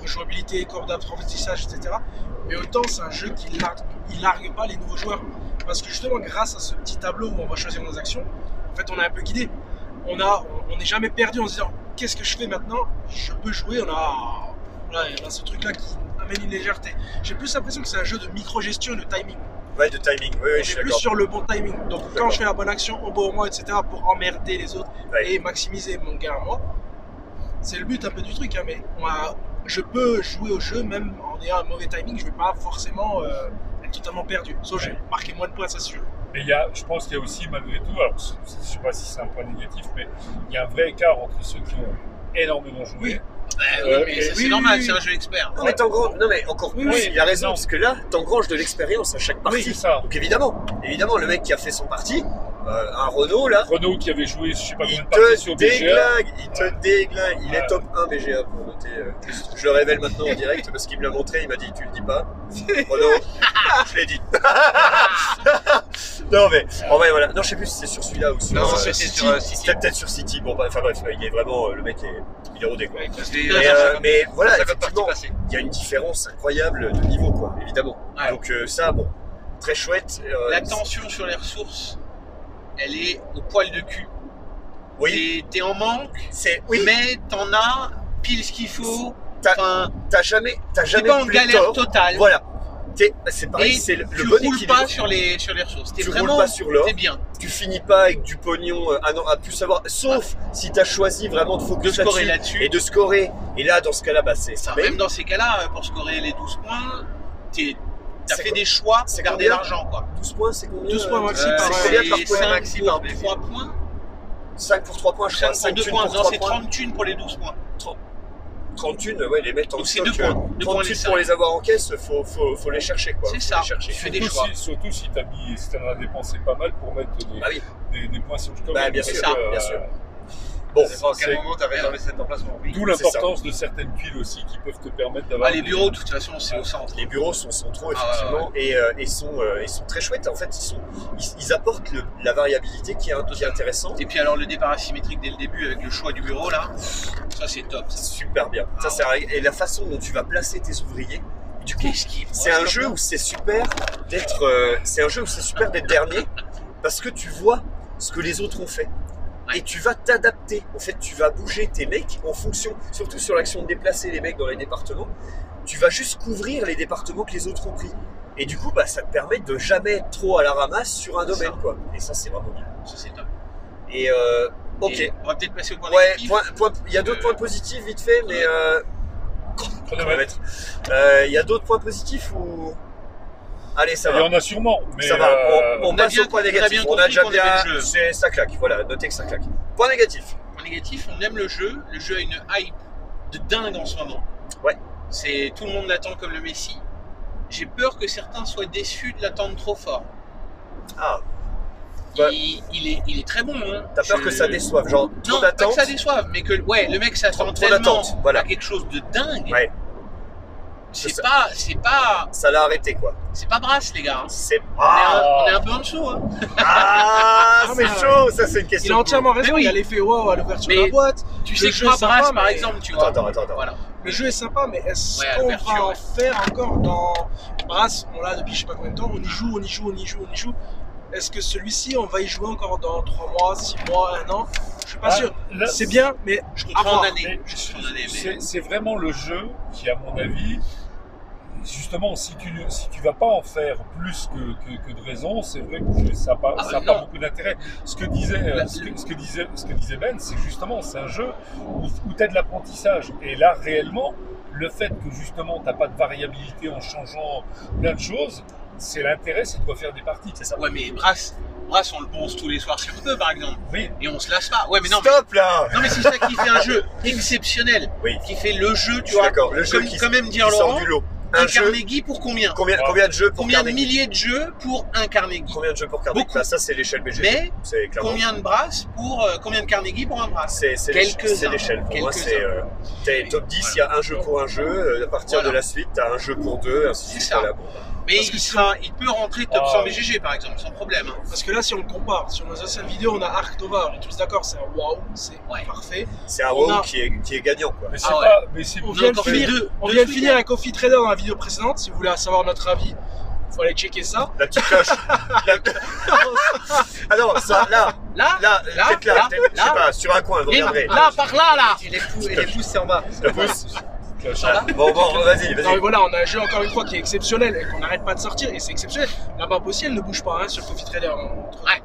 Speaker 6: rejouabilité, corps d'apprentissage, etc. Mais autant c'est un jeu qui largue, il largue pas les nouveaux joueurs. Parce que justement, grâce à ce petit tableau où on va choisir nos actions, en fait, on est un peu guidé. On a, on- on n'est jamais perdu en se disant qu'est-ce que je fais maintenant Je peux jouer. On a, voilà, on a ce truc-là qui amène une légèreté. J'ai plus l'impression que c'est un jeu de micro-gestion et de timing.
Speaker 2: Ouais, de timing. Oui, oui,
Speaker 6: On
Speaker 2: je suis
Speaker 6: est plus
Speaker 2: d'accord.
Speaker 6: sur le bon timing. Donc quand
Speaker 2: D'accord.
Speaker 6: je fais la bonne action, on bat au moins, etc. pour emmerder les autres
Speaker 2: Ouais.
Speaker 6: et maximiser mon gain à moi. C'est le but un peu du truc, hein, mais on a- je peux jouer au jeu même en ayant un mauvais timing, je vais pas forcément euh, être totalement perdu. Sauf que j'ai marqué moins de points, ça c'est sûr.
Speaker 3: Mais il y a, je pense qu'il y a aussi, malgré tout, alors c- c- je ne sais pas si c'est un point négatif, mais il y a un vrai écart entre ceux qui ont énormément joué.
Speaker 6: Oui.
Speaker 5: Ouais,
Speaker 3: Euh,
Speaker 5: oui, mais ça,
Speaker 3: et-
Speaker 5: c'est
Speaker 6: oui,
Speaker 5: normal,
Speaker 6: oui,
Speaker 5: c'est
Speaker 6: oui.
Speaker 5: un jeu expert.
Speaker 2: Non mais, t'engranges- non, mais encore plus,
Speaker 3: Oui, oui.
Speaker 2: il a raison,
Speaker 3: Non.
Speaker 2: parce que là, t'engranges de l'expérience à chaque
Speaker 3: Oui,
Speaker 2: partie.
Speaker 3: Ah, c'est ça.
Speaker 2: Donc évidemment, évidemment, le mec qui a fait son parti, euh, un Renault là,
Speaker 3: Renault qui avait joué, je sais pas combien
Speaker 2: Il
Speaker 3: de parties
Speaker 2: te
Speaker 3: sur BGA.
Speaker 2: déglingue, il te
Speaker 3: Ouais.
Speaker 2: déglingue. Il est
Speaker 3: Ouais.
Speaker 2: top 1 BGA pour noter. euh, juste. Je le révèle maintenant en direct parce qu'il me l'a montré. Il m'a dit Tu le dis pas Oh non Je l'ai dit. <laughs> non, mais en vrai, voilà. Non, je sais plus si c'est sur celui-là ou sur.
Speaker 5: Non,
Speaker 2: euh,
Speaker 5: c'était
Speaker 2: City.
Speaker 5: sur, euh, City.
Speaker 2: C'était peut-être sur City. Bon, bah, enfin bref, il est vraiment. euh, Le mec est. Il est rodé quoi.
Speaker 5: C'était-
Speaker 2: Mais,
Speaker 5: ça, ça
Speaker 2: euh,
Speaker 5: va-
Speaker 2: mais voilà,
Speaker 5: ça va partie
Speaker 2: effectivement,
Speaker 5: passer.
Speaker 2: il y a une différence incroyable de niveau quoi, évidemment.
Speaker 5: Ouais.
Speaker 2: Donc, euh, ça, bon, très chouette. euh,
Speaker 5: La tension sur les ressources, elle est au poil de cul.
Speaker 2: Oui,
Speaker 5: T'es- T'es en manque,
Speaker 2: c'est. Oui,
Speaker 5: mais t'en as pile ce qu'il faut.
Speaker 2: T'as-
Speaker 5: Enfin,
Speaker 2: t'as jamais. T'as
Speaker 5: t'es
Speaker 2: jamais.
Speaker 5: pas en
Speaker 2: pléthore.
Speaker 5: galère totale.
Speaker 2: Voilà. T'es- bah, C'est pareil,
Speaker 5: Et
Speaker 2: c'est le,
Speaker 5: tu
Speaker 2: le bon
Speaker 5: roules
Speaker 2: équilibre.
Speaker 5: pas sur les, sur les ressources. T'es
Speaker 2: tu
Speaker 5: vraiment.
Speaker 2: roules pas sur l'or,
Speaker 5: T'es bien.
Speaker 2: tu finis pas avec du pognon euh, à, n'en- à plus savoir, sauf si t'as choisi vraiment de
Speaker 5: Ah. De
Speaker 2: focus
Speaker 5: scorer
Speaker 2: là-dessus
Speaker 5: là-dessus.
Speaker 2: et de scorer. Et là, dans ce cas-là, bah, c'est ça.
Speaker 5: Enfin, même dans ces cas-là, euh, pour scorer les 12 points, t'es- t'as
Speaker 2: C'est
Speaker 5: fait
Speaker 2: quoi-
Speaker 5: des choix
Speaker 2: c'est
Speaker 5: pour garder
Speaker 2: combien
Speaker 5: l'argent, quoi.
Speaker 2: 12 points, c'est combien
Speaker 6: 12 points
Speaker 2: euh,
Speaker 6: maxi
Speaker 2: euh,
Speaker 6: par-
Speaker 2: C'est combien
Speaker 5: c'est
Speaker 2: par
Speaker 5: cinq
Speaker 2: point maxi par
Speaker 5: pour 3 points,
Speaker 2: 5 pour 3 points, je
Speaker 5: 5
Speaker 2: crois.
Speaker 5: pour
Speaker 2: 5
Speaker 5: 2
Speaker 2: thunes
Speaker 5: points.
Speaker 2: pour
Speaker 5: Non,
Speaker 2: 3
Speaker 5: c'est
Speaker 2: points.
Speaker 5: 30 thunes pour les 12 points.
Speaker 2: 30 thunes, ouais, les mettre en
Speaker 5: Donc c'est
Speaker 2: stock.
Speaker 5: deux points,
Speaker 2: euh,
Speaker 5: deux
Speaker 2: 30
Speaker 5: points
Speaker 2: thunes
Speaker 5: les
Speaker 2: pour les avoir en caisse, faut, faut, faut les chercher, quoi.
Speaker 5: C'est
Speaker 2: Faut
Speaker 5: ça.
Speaker 2: les chercher.
Speaker 5: Tu
Speaker 2: <laughs>
Speaker 5: fais des
Speaker 3: Surtout
Speaker 5: choix.
Speaker 3: si- surtout si t'as mis, si t'en as dépensé pas mal pour mettre des,
Speaker 2: Bah oui.
Speaker 3: des, des points sur le score.
Speaker 2: Bah, bien
Speaker 3: Donc,
Speaker 5: sûr,
Speaker 2: bien sûr. Bon,
Speaker 4: Bon, ça dépend à quel
Speaker 3: c'est-
Speaker 4: moment tu as réservé cet emplacement. Oui.
Speaker 3: euh, D'où l'importance de certaines piles aussi qui peuvent te permettre d'avoir.
Speaker 5: Ah, les bureaux, de toute façon, c'est au centre.
Speaker 2: les bureaux sont centraux,
Speaker 5: Ah, ouais,
Speaker 2: effectivement, et, euh, et sont, euh, et sont très chouettes. En fait, ils, sont, ils, ils apportent le- la variabilité qui est, qui est intéressante.
Speaker 5: Et puis alors le départ asymétrique dès le début avec le choix du bureau là, ça c'est top. ça.
Speaker 2: C'est super bien. Ça, c'est un- et la façon dont tu vas placer tes ouvriers, du coup,
Speaker 5: Qu'est-ce qui
Speaker 2: c'est un jeu où c'est super d'être, euh, c'est un jeu où c'est super d'être dernier parce que tu vois ce que les autres ont fait. Et tu vas t'adapter. En fait, tu vas bouger tes mecs en fonction, surtout sur l'action de déplacer les mecs dans les départements. Tu vas juste couvrir les départements que les autres ont pris. Et du coup, bah, ça te permet de jamais être trop à la ramasse sur un
Speaker 5: C'est
Speaker 2: domaine, quoi. Et ça, c'est vraiment bien.
Speaker 5: Ça c'est top.
Speaker 2: Et euh, ok.
Speaker 5: Et on va peut-être passer au point
Speaker 2: Ouais,
Speaker 5: négatif.
Speaker 2: point- point- il y a d'autres
Speaker 5: Euh,
Speaker 2: points positifs vite fait, mais euh,
Speaker 3: chronomètres.
Speaker 2: euh, il y a d'autres points positifs ou. Allez, ça
Speaker 3: Il y
Speaker 2: va.
Speaker 3: en a sûrement. Mais
Speaker 2: ça va.
Speaker 3: euh,
Speaker 2: On, on
Speaker 5: on a
Speaker 2: passe
Speaker 5: bien
Speaker 2: au point
Speaker 5: compris- on a
Speaker 2: négatif.
Speaker 5: bien
Speaker 2: On a,
Speaker 5: compris
Speaker 2: déjà
Speaker 5: qu'on aimait le
Speaker 2: bien.
Speaker 5: jeu.
Speaker 2: c'est- Ça claque. Voilà, notez que ça claque. Point négatif.
Speaker 5: Point négatif, on aime le jeu. Le jeu a une hype de dingue en ce moment.
Speaker 2: Ouais.
Speaker 5: C'est tout le monde l'attend comme le Messi. J'ai peur que certains soient déçus de l'attendre trop fort.
Speaker 2: Ah. Ouais.
Speaker 5: Il, il est, il est très bon. Hein.
Speaker 2: T'as peur
Speaker 5: Je-
Speaker 2: que ça déçoive. Genre,
Speaker 5: Non,
Speaker 2: trop
Speaker 5: pas que
Speaker 2: d'attente.
Speaker 5: ça déçoive, mais que ouais, le mec
Speaker 2: Trop-
Speaker 5: s'attend
Speaker 2: trop
Speaker 5: tellement
Speaker 2: d'attente, voilà.
Speaker 5: à quelque chose de dingue.
Speaker 2: Ouais.
Speaker 5: C'est
Speaker 2: Ça-
Speaker 5: pas, c'est pas,
Speaker 2: Ça l'a arrêté, quoi.
Speaker 5: c'est pas brasse les gars. hein.
Speaker 2: C'est.
Speaker 5: On est un-
Speaker 2: Ah,
Speaker 5: On, est un, peu en dessous. hein.
Speaker 2: Ah,
Speaker 6: Ah,
Speaker 2: c'est
Speaker 6: mais-
Speaker 2: chaud. Ça, c'est une
Speaker 6: Il
Speaker 2: question.
Speaker 6: a entièrement raison,
Speaker 5: Mais oui.
Speaker 6: il y a l'effet wow à l'ouverture de
Speaker 5: Mais-
Speaker 6: la boîte.
Speaker 5: Tu
Speaker 6: Le
Speaker 5: sais que
Speaker 6: jeu
Speaker 5: moi,
Speaker 6: est sympa,
Speaker 5: brasse par
Speaker 6: mais-
Speaker 5: exemple, tu vois.
Speaker 2: Attends, attends, attends. attends.
Speaker 5: Voilà.
Speaker 6: Le jeu est sympa, mais est-ce
Speaker 5: Ouais,
Speaker 6: qu'on va
Speaker 5: l'ouverture,
Speaker 6: en
Speaker 5: ouais.
Speaker 6: faire encore dans Brass On l'a depuis je sais pas combien de temps, on y joue, on y joue, on y joue, on y joue. Est-ce que celui-ci, on va y jouer encore dans 3 mois, 6 mois, 1 an Je suis pas
Speaker 3: ah,
Speaker 6: sûr.
Speaker 3: là,
Speaker 6: C'est bien, mais
Speaker 5: Je
Speaker 6: À
Speaker 5: comprends
Speaker 6: voir,
Speaker 5: en année.
Speaker 3: mais
Speaker 5: Je comprends en année, mais-
Speaker 3: C'est c'est vraiment le jeu qui, à mon avis, justement, si tu ne si tu vas pas en faire plus que, que, que de raison, c'est vrai que ça n'a pas,
Speaker 5: Ah,
Speaker 3: ça a
Speaker 5: non.
Speaker 3: pas beaucoup d'intérêt. Ce que disait, euh,
Speaker 5: La-
Speaker 3: ce que, ce que disait, ce que disait Ben, c'est justement, c'est un jeu où, où tu as de l'apprentissage. Et là, réellement, le fait que justement, tu n'as pas de variabilité en changeant plein de choses, c'est l'intérêt, c'est de refaire des parties. C'est ça.
Speaker 5: Ouais, mais Brass, Brass, on le ponce tous les soirs si on peut, par exemple.
Speaker 3: Oui,
Speaker 5: Et on se lasse pas. Ouais, mais non, mais,
Speaker 2: Stop là
Speaker 5: non, mais c'est ça qui fait un jeu exceptionnel.
Speaker 2: Oui.
Speaker 5: Qui fait le jeu,
Speaker 2: Je
Speaker 5: tu
Speaker 2: suis
Speaker 5: vois.
Speaker 2: d'accord, le jeu
Speaker 5: Comme
Speaker 2: qui,
Speaker 5: quand même
Speaker 2: qui
Speaker 5: dire
Speaker 2: sort
Speaker 5: Laurent,
Speaker 2: du lot.
Speaker 5: un
Speaker 2: Un jeu,
Speaker 5: Carnegie pour combien
Speaker 2: combien, combien de jeux pour
Speaker 5: Combien de
Speaker 2: Carnegie
Speaker 5: milliers de jeux pour un Carnegie
Speaker 2: Combien de jeux pour Carnegie
Speaker 5: Beaucoup.
Speaker 2: Bah, Ça, c'est l'échelle BGG.
Speaker 5: Mais
Speaker 2: c'est
Speaker 6: Ah
Speaker 2: clairement.
Speaker 5: combien de Brass pour. euh, combien de Carnegie pour un Brass
Speaker 2: Ah, C'est c'est l'éche-
Speaker 5: Quelques-uns.
Speaker 2: c'est l'échelle. Pour moi,
Speaker 5: Quelques-uns.
Speaker 2: c'est euh, t'es top 10, il y a un jeu pour un jeu. euh, À partir
Speaker 5: Voilà.
Speaker 2: de la suite, t'as un jeu pour deux, ainsi de
Speaker 5: C'est
Speaker 2: suite.
Speaker 5: ça.
Speaker 2: Voilà, bon.
Speaker 5: Mais
Speaker 6: Parce que
Speaker 5: il,
Speaker 6: si
Speaker 5: sera- il peut rentrer top
Speaker 3: Ah.
Speaker 5: 100 BGG, par exemple, sans problème. hein.
Speaker 6: Parce que là, si on le compare, sur nos anciennes vidéos, on a Arc Nova, on est tous d'accord, c'est un wow, c'est
Speaker 5: Ouais.
Speaker 6: parfait.
Speaker 2: bah, C'est un
Speaker 6: On
Speaker 2: WoW
Speaker 6: a-
Speaker 2: qui est, qui est gagnant. Quoi.
Speaker 3: mais c'est
Speaker 5: Ah ouais.
Speaker 3: pas. Mais c'est
Speaker 6: On
Speaker 5: On
Speaker 6: vient
Speaker 5: a
Speaker 6: de
Speaker 5: encore fait
Speaker 6: finir,
Speaker 5: deux.
Speaker 6: on
Speaker 5: deux
Speaker 6: vient de
Speaker 5: tweets,
Speaker 6: finir
Speaker 5: hein.
Speaker 6: avec Coffee Trader dans la vidéo précédente, si vous voulez savoir notre avis, faut aller checker ça.
Speaker 2: La petite
Speaker 5: <laughs>
Speaker 2: cloche. La- ah non, ça, là,
Speaker 5: Là,
Speaker 2: là,
Speaker 5: Là,
Speaker 2: peut-être là,
Speaker 5: là,
Speaker 2: peut-être, je sais
Speaker 5: là.
Speaker 2: pas, sur un coin, vous
Speaker 5: Et
Speaker 2: regarderez.
Speaker 5: là, par là, là
Speaker 6: Et les pouces, et les pouces, c'est en bas.
Speaker 2: Le
Speaker 5: <laughs>
Speaker 2: pouce.
Speaker 5: bah,
Speaker 2: Ah, Bon, bon, vas-y,
Speaker 6: Non mais
Speaker 2: vas-y.
Speaker 6: voilà, on a un jeu encore une fois qui est exceptionnel et qu'on n'arrête pas de sortir et c'est exceptionnel. La map aussi elle ne bouge pas hein, sur Coffee Trader. on-
Speaker 5: Ouais.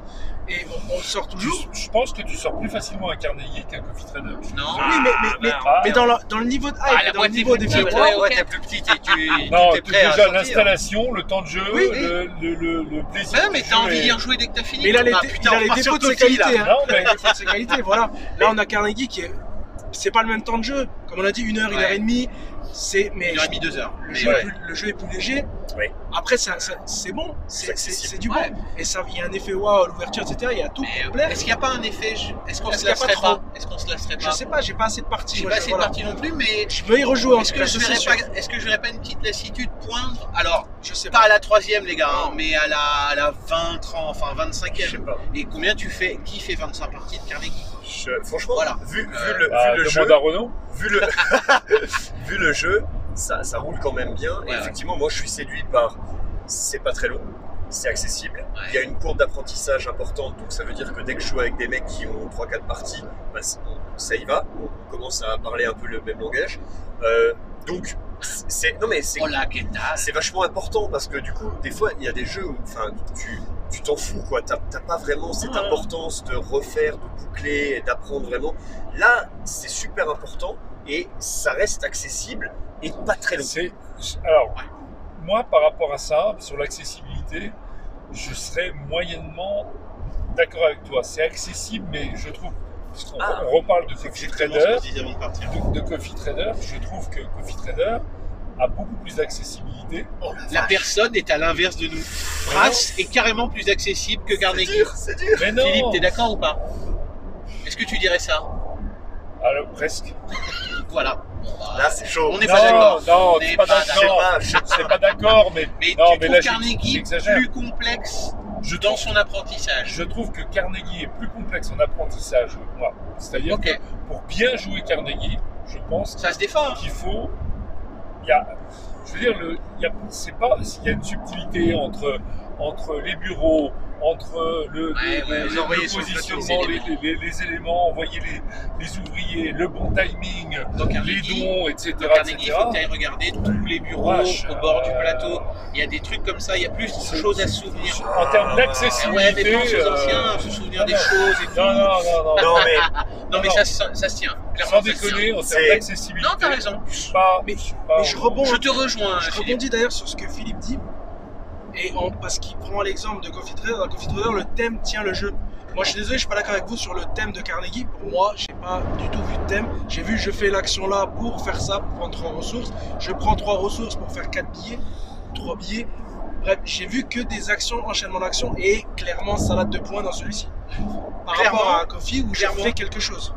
Speaker 6: Et on, on le sort
Speaker 3: Je,
Speaker 6: toujours.
Speaker 3: je pense que tu sors plus facilement un Carnegie qu'un Coffee Ah, Trader.
Speaker 5: <laughs> Non.
Speaker 6: oui, mais, mais, mais,
Speaker 3: merde.
Speaker 6: mais dans, le, dans le niveau de hype,
Speaker 5: Ah, la
Speaker 6: dans le
Speaker 5: boîte est
Speaker 6: niveau des
Speaker 5: plus
Speaker 6: jeux,
Speaker 5: petite,
Speaker 6: ouais,
Speaker 5: ouais.
Speaker 6: ouais.
Speaker 5: ok.
Speaker 4: t'es plus petit et tu
Speaker 3: Non,
Speaker 4: es prêt à
Speaker 3: déjà
Speaker 4: sortir.
Speaker 3: l'installation, le temps de jeu,
Speaker 6: Oui, oui.
Speaker 3: Le, le, le, le plaisir.
Speaker 5: Bah non, mais
Speaker 3: du jeu
Speaker 5: t'as envie
Speaker 3: est-
Speaker 5: d'y rejouer dès que t'as fini.
Speaker 6: Ah, Mais il a les,
Speaker 5: Ah,
Speaker 6: dé-
Speaker 5: putain,
Speaker 6: il
Speaker 5: on
Speaker 6: a les
Speaker 5: repart
Speaker 6: défauts
Speaker 5: sur
Speaker 6: de ses
Speaker 5: Toki, là.
Speaker 6: qualités. hein.
Speaker 3: Non,
Speaker 6: Il a
Speaker 3: mais-
Speaker 6: <laughs> les défauts de ses qualités, voilà. Là on a Carnegie qui est. C'est pas le même temps de jeu. Comme on a dit, une heure, une
Speaker 5: Ouais.
Speaker 6: heure et demie. C'est. Mais
Speaker 5: Une heure et demie, deux heures.
Speaker 6: le,
Speaker 5: Mais euh,
Speaker 6: jeu
Speaker 5: ouais.
Speaker 6: est plus, le jeu est plus léger.
Speaker 2: Ouais.
Speaker 6: Après, ça- ça- c'est bon. C'est c'est-
Speaker 2: accessible.
Speaker 6: c'est du bon.
Speaker 5: Ouais.
Speaker 6: Et ça, il y a un effet waouh, l'ouverture, etc. Il y a tout
Speaker 5: Mais,
Speaker 6: pour
Speaker 5: euh,
Speaker 6: plaire.
Speaker 5: Est-ce qu'il n'y a pas un effet je- Est-ce qu'on se
Speaker 6: Est-ce qu'il y a
Speaker 5: lasserait
Speaker 6: pas
Speaker 5: pas, Est-ce qu'on se lasserait
Speaker 6: Je
Speaker 5: pas
Speaker 6: sais pas, j'ai pas assez de parties.
Speaker 5: J'ai
Speaker 6: moi,
Speaker 5: pas
Speaker 6: je-
Speaker 5: assez de
Speaker 6: voilà.
Speaker 5: parties non plus, mais
Speaker 6: Je veux y rejouer en
Speaker 5: est-ce
Speaker 6: tout
Speaker 5: que
Speaker 6: cas,
Speaker 5: je
Speaker 6: ça,
Speaker 5: verrais
Speaker 6: c'est sûr.
Speaker 5: pas, est-ce que je verrais pas une petite lassitude poindre Alors,
Speaker 6: Je sais
Speaker 5: pas
Speaker 6: pas.
Speaker 5: à la troisième, les gars, hein, mais à la, à la 20, 30, enfin
Speaker 2: Je sais
Speaker 5: 25e.
Speaker 2: pas.
Speaker 5: Et combien tu fais Qui fait 25 parties de Carnegie
Speaker 2: Je- franchement,
Speaker 5: Voilà.
Speaker 2: vu, vu
Speaker 5: Euh,
Speaker 2: le,
Speaker 3: Bah,
Speaker 2: vu le jeu,
Speaker 3: demande à Renault.
Speaker 2: vu le, <laughs> vu le jeu, ça, ça roule quand même bien.
Speaker 5: Ouais,
Speaker 2: et
Speaker 5: ouais.
Speaker 2: effectivement, moi, je suis séduit par. C'est pas très long, c'est accessible. Il y a une courbe d'apprentissage importante, donc ça veut dire que dès que je joue avec des mecs qui ont 3-4 parties, bah, c'est- on- ça y va. On commence à parler un peu le même langage. Euh, donc, c'est. Non, mais c'est
Speaker 5: Oh la guetta
Speaker 2: Ah, c'est vachement important parce que du coup, des fois, il y a des jeux où enfin, tu tu t'en fous, quoi. T'as t'as pas vraiment cette
Speaker 5: Ouais.
Speaker 2: importance de refaire, de boucler et d'apprendre vraiment. Là, c'est super important et ça reste accessible et pas très long.
Speaker 3: C'est alors moi par rapport à ça sur l'accessibilité, je serais moyennement d'accord avec toi. C'est accessible, mais je trouve parce qu'on
Speaker 2: Ah.
Speaker 3: on reparle de Coffee
Speaker 5: Exactement ce
Speaker 3: Trader,
Speaker 5: que je disais avant de partir.
Speaker 3: de, de Coffee Trader, je trouve que Coffee Trader a beaucoup plus d'accessibilité.
Speaker 5: La personne est à l'inverse de nous. Brass est carrément plus accessible que
Speaker 2: C'est
Speaker 5: Carnegie.
Speaker 2: dur, c'est dur.
Speaker 3: Mais non,
Speaker 5: Philippe, t'es d'accord ou pas Est-ce que tu dirais ça
Speaker 3: alors presque.
Speaker 5: Voilà. Bon, bah,
Speaker 2: Là, c'est chaud.
Speaker 5: on n'est
Speaker 3: non,
Speaker 5: pas d'accord.
Speaker 3: non,
Speaker 5: On
Speaker 3: t'es
Speaker 5: n'est
Speaker 3: pas
Speaker 5: pas
Speaker 2: Je sais
Speaker 3: d'accord.
Speaker 2: pas, je sais pas.
Speaker 3: C'est pas d'accord, mais
Speaker 5: Mais
Speaker 3: non,
Speaker 5: tu
Speaker 3: mais
Speaker 5: trouves
Speaker 3: là,
Speaker 5: Carnegie
Speaker 3: j'exagère.
Speaker 5: plus complexe
Speaker 3: je
Speaker 5: dans
Speaker 3: trouve
Speaker 5: son apprentissage.
Speaker 3: Je trouve que Carnegie est plus complexe en apprentissage, moi. C'est-à-dire
Speaker 5: Ok.
Speaker 3: que pour bien jouer Carnegie, je pense
Speaker 5: Ça se défend. hein.
Speaker 3: qu'il faut. Il y a, je veux dire, le, il y a, c'est pas, il y a une subtilité entre, entre les bureaux, entre
Speaker 5: Ouais,
Speaker 3: le, le-
Speaker 5: ouais,
Speaker 3: le-
Speaker 5: les
Speaker 3: le
Speaker 5: envoyer sur le
Speaker 3: positionnement,
Speaker 5: plateau, les
Speaker 3: les, les- les éléments, envoyer les, les ouvriers, le bon timing,
Speaker 5: Dans
Speaker 3: les
Speaker 5: Carnegie,
Speaker 3: dons, etc.
Speaker 5: dans Carnegie, il
Speaker 3: etc.
Speaker 5: faut que tu ailles regarder tous les bureaux
Speaker 3: Vache,
Speaker 5: au bord du
Speaker 3: euh,
Speaker 5: plateau. Il y a des trucs comme ça, il y a plus de
Speaker 3: c'est-
Speaker 5: choses à se souvenir.
Speaker 3: En termes
Speaker 5: Ah ouais, mais
Speaker 3: d'accessibilité.
Speaker 5: pense aux anciens,
Speaker 3: euh,
Speaker 5: se souvenir des
Speaker 3: non,
Speaker 5: choses et tout.
Speaker 3: Non, non, non, non.
Speaker 2: Non, mais
Speaker 6: <laughs>
Speaker 5: Non, mais
Speaker 3: non.
Speaker 5: ça, se- ça se tient. Clairement,
Speaker 3: Sans
Speaker 5: ça se tient.
Speaker 3: déconner, en termes
Speaker 2: C'est-
Speaker 3: d'accessibilité.
Speaker 5: Non, t'as raison.
Speaker 3: Je suis pas.
Speaker 6: Mais-
Speaker 3: je suis pas-
Speaker 6: mais je rebondis.
Speaker 5: Oh. Je te rejoins,
Speaker 6: Je
Speaker 5: Philippe.
Speaker 6: rebondis d'ailleurs sur ce que Philippe dit, et en- parce qu'il prend l'exemple de Coffee Trader. Dans Coffee Trader, le thème tient le jeu. Moi, je suis désolé, je suis pas d'accord avec vous sur le thème de Carnegie. Pour moi, j'ai pas du tout vu de thème. J'ai vu, je fais l'action là pour faire ça, pour prendre trois ressources. Je prends trois ressources pour faire quatre billets, trois billets. Bref, j'ai vu que des actions, enchaînement d'actions, et clairement salade de points dans celui-ci. Par
Speaker 5: Clairement.
Speaker 6: rapport à un Coffee où j'ai
Speaker 5: Clairement.
Speaker 6: fait quelque chose.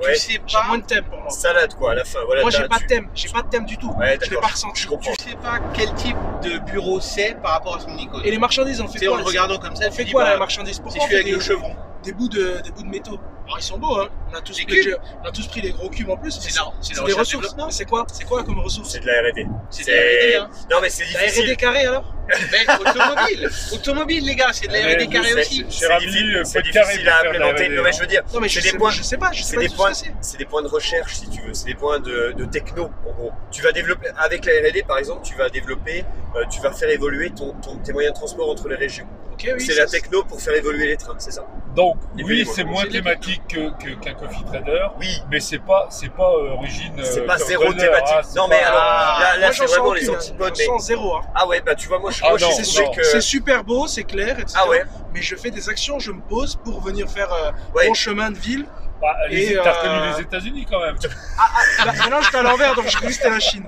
Speaker 2: ouais,
Speaker 5: Tu sais
Speaker 6: J'ai
Speaker 5: pas,
Speaker 6: moins de thème pour moi.
Speaker 2: salade quoi à la fin. Voilà,
Speaker 6: Moi, j'ai
Speaker 2: t'as-
Speaker 6: pas de
Speaker 2: tu-
Speaker 6: thème. J'ai pas de thème du tout.
Speaker 2: Ouais,
Speaker 6: je l'ai
Speaker 2: d'accord,
Speaker 6: pas
Speaker 2: je-
Speaker 6: ressenti.
Speaker 2: Je comprends.
Speaker 5: tu sais pas quel type de bureau c'est par rapport à son icône.
Speaker 6: Et les marchandises, on fait
Speaker 5: C'est en
Speaker 6: quoi
Speaker 5: le
Speaker 6: elles
Speaker 5: regardant comme ça,
Speaker 6: On
Speaker 5: tu
Speaker 6: fait
Speaker 5: dis,
Speaker 6: quoi là,
Speaker 5: bah,
Speaker 6: la marchandise
Speaker 5: C'est
Speaker 6: Pourquoi on
Speaker 5: celui
Speaker 6: fait
Speaker 5: avec
Speaker 6: des...
Speaker 5: le chevron.
Speaker 6: des bouts de, des bouts de métaux. Alors ils sont beaux, hein. On a tous,
Speaker 5: Des
Speaker 6: pris,
Speaker 5: cubes.
Speaker 6: on a tous pris les gros cubes en plus.
Speaker 5: C'est
Speaker 6: mais
Speaker 5: de la- c'est de
Speaker 6: c'est
Speaker 5: la
Speaker 6: des
Speaker 5: recherche
Speaker 6: ressources.
Speaker 5: développement.
Speaker 6: Mais C'est quoi, c'est quoi comme ressource
Speaker 2: C'est de la RD.
Speaker 5: C'est de la RD, hein.
Speaker 2: Non, mais c'est
Speaker 6: La
Speaker 2: difficile.
Speaker 6: R&D carré alors
Speaker 5: Mais automobile, automobile, les gars, c'est de la
Speaker 3: Mais
Speaker 5: RD carré
Speaker 2: C'est-
Speaker 5: aussi.
Speaker 2: c'est
Speaker 3: Cher ami,
Speaker 2: difficile-
Speaker 3: euh,
Speaker 2: C'est
Speaker 3: pas de carré
Speaker 2: difficile
Speaker 3: pour
Speaker 2: à
Speaker 3: faire de la
Speaker 2: implémenter.
Speaker 3: RD,
Speaker 2: Non, mais
Speaker 3: hein.
Speaker 2: je veux dire,
Speaker 6: Non mais
Speaker 2: C'est
Speaker 6: je
Speaker 2: des
Speaker 6: sais,
Speaker 2: points-
Speaker 6: je sais pas, je sais
Speaker 2: c'est
Speaker 6: pas
Speaker 2: des
Speaker 6: du tout
Speaker 2: points-
Speaker 6: ce que c'est.
Speaker 2: c'est des points de recherche, si tu veux. C'est des points de, de techno, en gros. Tu vas développer, avec la RD, par exemple, tu vas développer, euh, tu vas faire évoluer ton, ton- tes moyens de transport entre les régions.
Speaker 6: Ok, oui,
Speaker 2: c'est
Speaker 6: ça,
Speaker 2: la techno pour faire évoluer les trains, c'est ça
Speaker 3: Donc,
Speaker 2: Et puis,
Speaker 3: oui, c'est
Speaker 2: bon,
Speaker 3: moins
Speaker 5: c'est des
Speaker 3: thématique que- que- qu'un coffee trader,
Speaker 2: Oui.
Speaker 3: mais c'est pas, c'est pas euh, origine. euh,
Speaker 2: C'est pas zéro
Speaker 3: Corner,
Speaker 2: thématique.
Speaker 3: hein, c'est
Speaker 2: Non, mais
Speaker 3: pas-
Speaker 2: alors, Ah, là, là
Speaker 6: Moi,
Speaker 2: c'est
Speaker 6: j'en sens
Speaker 2: vraiment les
Speaker 6: aucune, hein.
Speaker 2: antipodes.
Speaker 6: J'en
Speaker 2: mais-
Speaker 6: sens zéro. hein.
Speaker 2: Ah ouais, bah tu vois, moi, je,
Speaker 3: Ah
Speaker 2: moi, je
Speaker 3: non,
Speaker 2: suis
Speaker 3: non.
Speaker 2: sûr que.
Speaker 6: C'est super beau, c'est clair, etc.
Speaker 2: Ah ouais,
Speaker 6: Mais je fais des actions, je me pose pour venir faire euh,
Speaker 2: ouais.
Speaker 6: mon chemin de ville.
Speaker 3: Bah, les-
Speaker 6: Et,
Speaker 3: T'as
Speaker 6: euh,
Speaker 3: reconnu les États-Unis quand même.
Speaker 6: Là, maintenant, j'étais à l'envers, donc je croyais que c'était la Chine.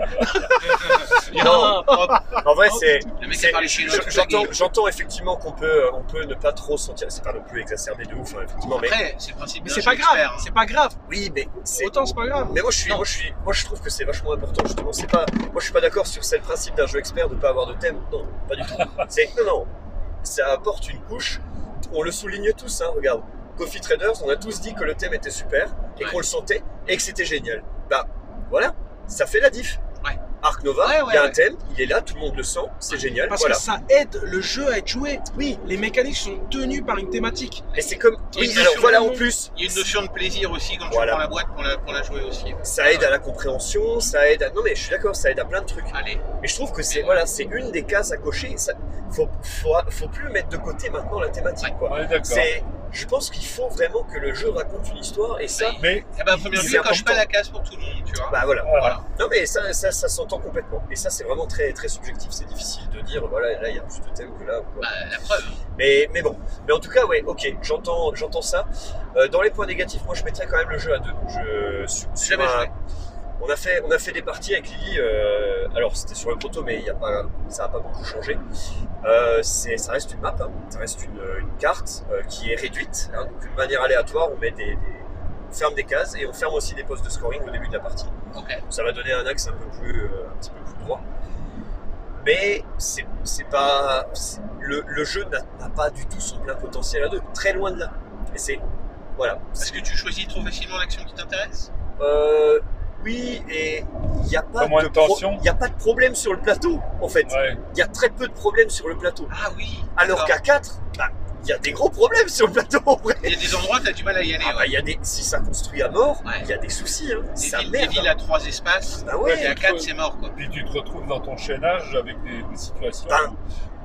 Speaker 2: Non,
Speaker 5: hop,
Speaker 2: en
Speaker 6: Ah,
Speaker 2: vrai, c'est.
Speaker 5: le mec
Speaker 2: c'est-
Speaker 5: a parlé chinois.
Speaker 2: je-
Speaker 5: toute la
Speaker 2: J'entends,
Speaker 5: gueule.
Speaker 2: j'entends effectivement qu'on peut, on peut ne pas trop sentir. C'est pas non plus exacerbé de ouf, hein, effectivement. Mais
Speaker 5: Après, c'est le principe.
Speaker 6: Mais
Speaker 5: d'un
Speaker 6: c'est pas
Speaker 5: jeu
Speaker 6: grave,
Speaker 5: expert, hein.
Speaker 6: c'est pas grave.
Speaker 2: oui, mais c'est.
Speaker 6: Autant c'est pas grave.
Speaker 2: Mais moi je suis, moi je suis, moi je trouve que c'est vachement important justement. C'est pas, moi je suis pas d'accord sur c'est le principe d'un jeu expert de pas avoir de thème. Non, pas du
Speaker 5: <laughs>
Speaker 2: tout. C'est non non, ça apporte une couche. On le souligne tous, hein. Regarde, Coffee Traders, on a tous dit que le thème était super et
Speaker 5: Ouais.
Speaker 2: qu'on le sentait et que c'était génial. Bah voilà, ça fait la diff.
Speaker 5: Ouais.
Speaker 2: Arc Nova, il
Speaker 5: Ouais, ouais,
Speaker 2: y a un
Speaker 5: ouais.
Speaker 2: thème, il est là, tout le monde le sent, c'est génial.
Speaker 6: Parce
Speaker 2: voilà.
Speaker 6: que ça aide le jeu à être joué. Oui. Les mécaniques sont tenues par une thématique.
Speaker 2: Et c'est comme,
Speaker 5: Il y a
Speaker 2: oui,
Speaker 5: une
Speaker 2: alors
Speaker 5: notion
Speaker 2: voilà
Speaker 5: de-
Speaker 2: en plus,
Speaker 5: Il y a une notion de plaisir aussi quand
Speaker 2: Voilà.
Speaker 5: tu prends la boîte pour la, pour la jouer aussi.
Speaker 2: ça aide à la compréhension, ça aide à, non mais je suis d'accord, ça aide à plein de trucs.
Speaker 5: Allez,
Speaker 2: Mais je trouve que c'est voilà, c'est une des cases à cocher. Ça, faut, faut, faut plus mettre de côté maintenant la thématique. Quoi.
Speaker 3: On est d'accord.
Speaker 2: C'est, je pense qu'il faut vraiment que le jeu raconte une histoire et ça.
Speaker 5: Oui.
Speaker 3: Mais euh,
Speaker 5: eh ben, première
Speaker 2: C'est
Speaker 5: vue, coche
Speaker 2: important.
Speaker 5: pas la case pour tout le monde, tu vois.
Speaker 2: Bah voilà.
Speaker 3: voilà.
Speaker 5: Voilà.
Speaker 2: Non mais ça, ça, ça s'entend complètement. Et ça, c'est vraiment très, très subjectif. C'est difficile de dire voilà, là il y a plus de thèmes que là. ou quoi.
Speaker 5: Bah, la preuve.
Speaker 2: Mais, mais bon. Mais en tout cas, ouais, ok, j'entends, j'entends ça. Euh, dans les points négatifs, moi, je mettrais quand même le jeu à deux. Je, sur- sur
Speaker 5: Jamais
Speaker 2: un-
Speaker 5: joué.
Speaker 2: On a fait, on a fait des parties avec Lily. euh, alors c'était sur le proto, mais il y a pas, ça n'a pas beaucoup changé. Euh, c'est, ça reste une map, hein, ça reste une, une carte euh, qui est réduite, hein, donc une manière aléatoire. On met des, des- on ferme des cases et on ferme aussi des postes de scoring au début de la partie.
Speaker 5: Ok.
Speaker 2: Ça va donner un axe un peu plus, euh, un petit peu plus droit. Mais c'est, c'est pas, c'est- le, le jeu n'a, n'a pas du tout son plein potentiel à deux, très loin de là. Et c'est, voilà.
Speaker 5: Est-ce que tu choisis trop facilement l'action qui t'intéresse
Speaker 2: Euh, oui, et il n'y a, pas
Speaker 3: Pas moins de
Speaker 2: pro-
Speaker 3: tension.
Speaker 2: y a pas de problème sur le plateau, en fait. Il
Speaker 3: ouais.
Speaker 2: y a très peu de problèmes sur le plateau.
Speaker 5: Ah oui.
Speaker 2: Alors
Speaker 5: d'accord.
Speaker 2: qu'à 4, il y a des gros problèmes sur le plateau, en vrai.
Speaker 5: Il y a des endroits, t'as du mal à y aller.
Speaker 2: Ah, bah,
Speaker 5: ouais.
Speaker 2: y a des... Si ça construit à mort, il
Speaker 5: Ouais.
Speaker 2: y a des soucis. Hein.
Speaker 5: Des
Speaker 2: Ça
Speaker 5: villes, des
Speaker 2: merde.
Speaker 5: villes
Speaker 2: hein.
Speaker 5: à trois espaces.
Speaker 2: Bah
Speaker 5: et
Speaker 2: ouais.
Speaker 5: à quatre, c'est mort, quoi.
Speaker 3: Puis tu te retrouves dans ton chaînage avec des, des situations
Speaker 2: Ben.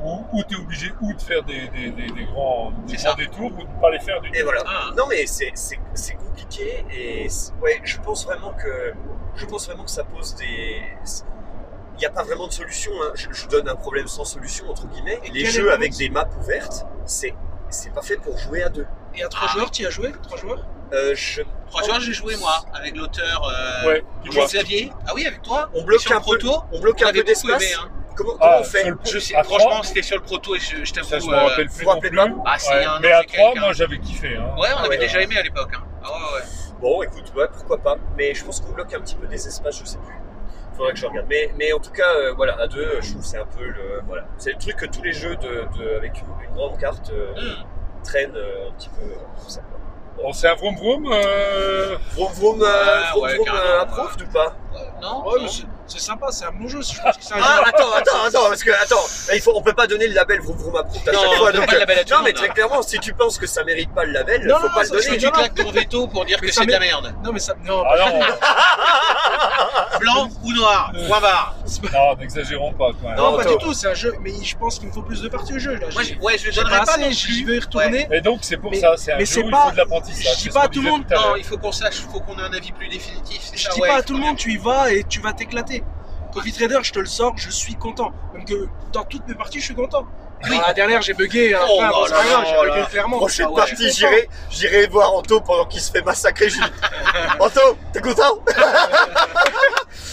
Speaker 3: où, où tu es obligé ou de faire des, des, des, des grands, des
Speaker 5: C'est
Speaker 3: grands
Speaker 5: ça.
Speaker 3: détours ou de ne pas les faire du
Speaker 2: Et
Speaker 3: tout.
Speaker 2: voilà.
Speaker 5: Ah,
Speaker 2: Non mais c'est- c'est c'est compliqué et c'est- ouais, je pense vraiment que je pense vraiment que ça pose des il n'y a pas vraiment de solution. hein. Je, je donne un problème sans solution entre guillemets.
Speaker 6: Et
Speaker 2: Les
Speaker 6: quel est
Speaker 2: jeux
Speaker 6: le
Speaker 2: avec
Speaker 6: mot
Speaker 2: des maps ouvertes, c'est c'est pas fait pour jouer à deux.
Speaker 6: Et à trois
Speaker 5: Ah.
Speaker 6: joueurs, tu y as joué Trois joueurs
Speaker 2: Euh, je-
Speaker 5: trois joueurs, j'ai joué, moi, avec l'auteur. Euh...
Speaker 3: Ouais, tu vois.
Speaker 5: Jean-Xavier Ah oui, avec toi
Speaker 2: On bloque
Speaker 5: Sur
Speaker 2: un
Speaker 5: le
Speaker 2: peu,
Speaker 5: proto
Speaker 2: on bloque
Speaker 5: On
Speaker 2: un peu
Speaker 5: avait beaucoup
Speaker 2: d'espace.
Speaker 5: aimé. Hein.
Speaker 2: Comment, comment
Speaker 3: Ah,
Speaker 2: on fait
Speaker 3: sur le-
Speaker 5: Je sais,
Speaker 3: à
Speaker 5: franchement,
Speaker 3: trois,
Speaker 5: c'était sur le proto et je, je t'avoue.
Speaker 3: ça, je me
Speaker 5: euh,
Speaker 3: rappelle
Speaker 2: vous
Speaker 3: plus.
Speaker 2: vous
Speaker 3: non
Speaker 2: rappelez
Speaker 3: plus.
Speaker 2: pas
Speaker 5: Ah, c'est
Speaker 3: Ouais.
Speaker 5: il y a un
Speaker 3: Mais
Speaker 5: an,
Speaker 3: à
Speaker 5: c'est
Speaker 3: 3,
Speaker 5: quelqu'un.
Speaker 3: moi j'avais kiffé. Hein.
Speaker 5: Ouais, on
Speaker 2: Ah
Speaker 5: avait
Speaker 2: ouais,
Speaker 5: déjà
Speaker 2: ouais.
Speaker 5: aimé à l'époque. Hein. Ah ouais, ouais.
Speaker 2: Bon, écoute, ouais, pourquoi pas. Mais je pense qu'on bloque un petit peu des espaces, je sais plus. Faudrait que je regarde. Mais, mais en tout cas, euh, voilà, à deux, euh, je trouve que c'est un peu le voilà. C'est le truc que tous les jeux de, de- avec une, une grande carte euh,
Speaker 5: Hmm.
Speaker 2: traînent euh, un petit peu. euh, comme ça.
Speaker 3: Bon, c'est un vroom vroom. euh,
Speaker 2: Vroom vroom, euh,
Speaker 5: Ouais,
Speaker 2: vroom,
Speaker 5: Ah, ouais,
Speaker 2: vroom,
Speaker 5: carrément,
Speaker 2: euh,
Speaker 5: ouais.
Speaker 2: approved ou pas
Speaker 5: Ouais, Euh, Non,
Speaker 6: Ouais,
Speaker 5: non.
Speaker 6: mais c'est- c'est sympa, c'est un bon jeu. Je pense que c'est un
Speaker 2: Ah,
Speaker 6: jeu.
Speaker 2: attends, attends, attends, parce que attends, là, il faut, on peut pas donner le label vroom vroom approved à
Speaker 5: Non,
Speaker 2: chaque
Speaker 5: on
Speaker 2: fois.
Speaker 5: donne
Speaker 2: donc,
Speaker 5: pas le label à
Speaker 2: euh,
Speaker 5: tout
Speaker 2: non,
Speaker 5: le
Speaker 2: mais
Speaker 5: monde,
Speaker 2: très
Speaker 5: hein.
Speaker 2: clairement, si tu penses que ça mérite pas le label,
Speaker 6: Non,
Speaker 2: faut
Speaker 6: non,
Speaker 2: pas
Speaker 6: non,
Speaker 2: le
Speaker 6: ça,
Speaker 5: Si
Speaker 2: donner.
Speaker 6: c'est-
Speaker 5: tu claques ton veto pour dire
Speaker 6: Mais
Speaker 5: que
Speaker 6: ça
Speaker 5: c'est de la
Speaker 6: m'est-
Speaker 5: merde.
Speaker 6: Non, mais ça. Non,
Speaker 3: Ah non,
Speaker 5: Blanc ou noir, point barre.
Speaker 3: <laughs> non, n'exagérons pas quand même.
Speaker 2: Non,
Speaker 6: <laughs> non, pas
Speaker 2: attends.
Speaker 6: du tout. C'est un jeu, mais je pense qu'il me faut plus de parties au jeu. Là.
Speaker 5: Moi,
Speaker 6: J'ai-
Speaker 5: je, ouais, je
Speaker 6: j'ai
Speaker 5: donnerais
Speaker 6: pas
Speaker 5: pas
Speaker 6: assez,
Speaker 5: non
Speaker 6: j'y
Speaker 5: plus.
Speaker 6: vais retourner.
Speaker 3: Et donc c'est pour
Speaker 6: Mais-
Speaker 3: ça, c'est un
Speaker 6: mais
Speaker 3: jeu
Speaker 6: c'est
Speaker 3: où il
Speaker 6: pas-
Speaker 3: faut de l'apprentissage.
Speaker 6: je dis
Speaker 3: c'est ce
Speaker 6: pas
Speaker 3: qu'on
Speaker 6: à tout le
Speaker 3: disait
Speaker 6: monde,
Speaker 3: à
Speaker 5: Non,
Speaker 3: l'heure.
Speaker 5: il faut qu'on sache, faut qu'on ait un avis plus définitif. c'est
Speaker 6: Je
Speaker 5: ça,
Speaker 6: dis
Speaker 5: ouais,
Speaker 6: pas à
Speaker 5: faut
Speaker 6: tout le
Speaker 5: qu'on
Speaker 6: monde, tu y vas et tu vas t'éclater. Coffee Trader, je te le sors, je suis content. Même que dans toutes mes parties, je suis content.
Speaker 5: Oui.
Speaker 6: Dans la dernière, j'ai bugué. hein,
Speaker 5: Oh
Speaker 6: enfin, bon,
Speaker 5: là
Speaker 6: c'est pas
Speaker 5: là
Speaker 6: grave, j'ai
Speaker 5: là
Speaker 6: bugué
Speaker 5: là.
Speaker 6: clairement.
Speaker 2: Prochaine
Speaker 5: Ah ouais.
Speaker 2: partie, j'irai, j'irai voir Anto pendant qu'il se fait massacrer.
Speaker 6: <laughs>
Speaker 2: je lui dis, Anto, t'es content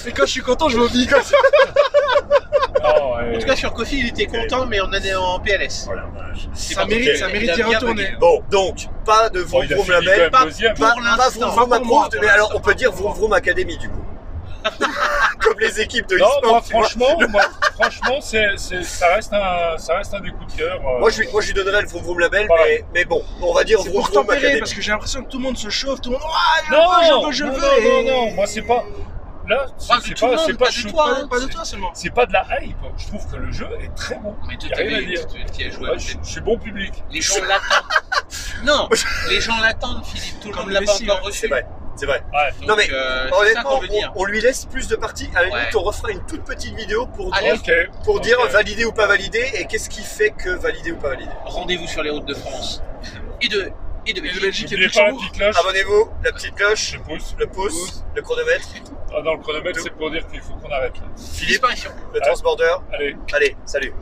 Speaker 6: Et quand je suis content, je vomis. <laughs>
Speaker 3: Non, ouais.
Speaker 5: En tout cas, sur Kofi, il était content, mais on en est en PLS.
Speaker 2: Oh la vache.
Speaker 6: Ça mérite, ça
Speaker 5: Il a
Speaker 6: mérite d'y
Speaker 5: bien
Speaker 6: retourner.
Speaker 5: bugué.
Speaker 2: Bon, donc, pas de
Speaker 3: Bon,
Speaker 2: Vroom
Speaker 3: il a
Speaker 2: Vroom
Speaker 3: fini quand
Speaker 2: Label,
Speaker 3: même
Speaker 5: pas-
Speaker 3: deuxième. hein.
Speaker 2: pas, pas
Speaker 5: pour
Speaker 2: Vroom
Speaker 5: l'instant,
Speaker 2: Vroom
Speaker 6: pas pour moi,
Speaker 2: Approved,
Speaker 6: pour
Speaker 2: mais alors on
Speaker 6: l'instant,
Speaker 2: peut
Speaker 5: <laughs>
Speaker 6: pas
Speaker 2: dire
Speaker 6: pour
Speaker 2: Vroom
Speaker 6: moi.
Speaker 2: Vroom Academy du coup. Comme comme les équipes de
Speaker 3: Non,
Speaker 2: e-sport.
Speaker 3: moi,
Speaker 2: tu vois.
Speaker 3: franchement, moi, franchement, c'est, c'est- ça, reste un, ça reste un des coups de cœur. euh,
Speaker 2: Moi, je lui, moi, je lui donnerais le Vroom Vroom Label,
Speaker 3: Voilà.
Speaker 2: mais, mais bon, on va dire
Speaker 6: C'est
Speaker 2: Vroom
Speaker 6: pour
Speaker 2: Vroom
Speaker 6: tempérer,
Speaker 2: Academy.
Speaker 6: parce que j'ai l'impression que tout le monde se chauffe, tout le monde. Oh,
Speaker 3: Ah,
Speaker 6: Ouah, Ah, je
Speaker 3: Non,
Speaker 6: veux, je veux, je
Speaker 3: non,
Speaker 6: veux.
Speaker 3: non,
Speaker 6: et-
Speaker 3: non, non, moi, c'est pas. Là, c'est
Speaker 5: Pas de
Speaker 3: c'est
Speaker 5: tout le
Speaker 3: pas,
Speaker 5: monde,
Speaker 3: c'est
Speaker 5: pas
Speaker 3: pas,
Speaker 5: de
Speaker 3: chaud.
Speaker 5: toi,
Speaker 6: Pas, pas de toi seulement.
Speaker 3: C'est pas de la hype. Je trouve que le jeu est très bon.
Speaker 5: Mais toi,
Speaker 3: Y a rien à
Speaker 5: t'avais-
Speaker 3: dire.
Speaker 5: tu tu y as joué.
Speaker 3: Ouais, je, je suis bon public.
Speaker 5: Les gens l'attendent. Non, les gens l'attendent, Philippe. Tout le
Speaker 6: Comme
Speaker 5: monde l'a pas
Speaker 6: Messi,
Speaker 5: encore
Speaker 6: ouais.
Speaker 5: reçu.
Speaker 2: C'est vrai, c'est vrai.
Speaker 5: Donc,
Speaker 2: Non, mais,
Speaker 5: euh, c'est ça
Speaker 2: Honnêtement,
Speaker 5: qu'on veut
Speaker 2: on,
Speaker 5: dire.
Speaker 2: on lui laisse plus de parties. À la
Speaker 5: Ouais.
Speaker 2: limite, on refera une toute petite vidéo pour
Speaker 5: Allez,
Speaker 2: dire,
Speaker 3: Ok.
Speaker 2: pour
Speaker 3: ok.
Speaker 2: dire validé ou pas validé et qu'est-ce qui fait que validé ou pas validé.
Speaker 5: Rendez-vous sur les routes de France et de et de
Speaker 6: Et de
Speaker 5: Belgique.
Speaker 6: Belgique et de
Speaker 3: N'oubliez pas la
Speaker 6: Luxembourg.
Speaker 3: petite cloche.
Speaker 2: Abonnez-vous, la petite
Speaker 3: Je
Speaker 2: cloche,
Speaker 3: pousse.
Speaker 2: le pouce, le chronomètre,
Speaker 3: Ah, dans le chronomètre, c'est pour dire qu'il faut qu'on arrête. là.
Speaker 2: Philippe,
Speaker 5: Disparition.
Speaker 2: le transborder.
Speaker 3: Allez.
Speaker 2: Allez, salut.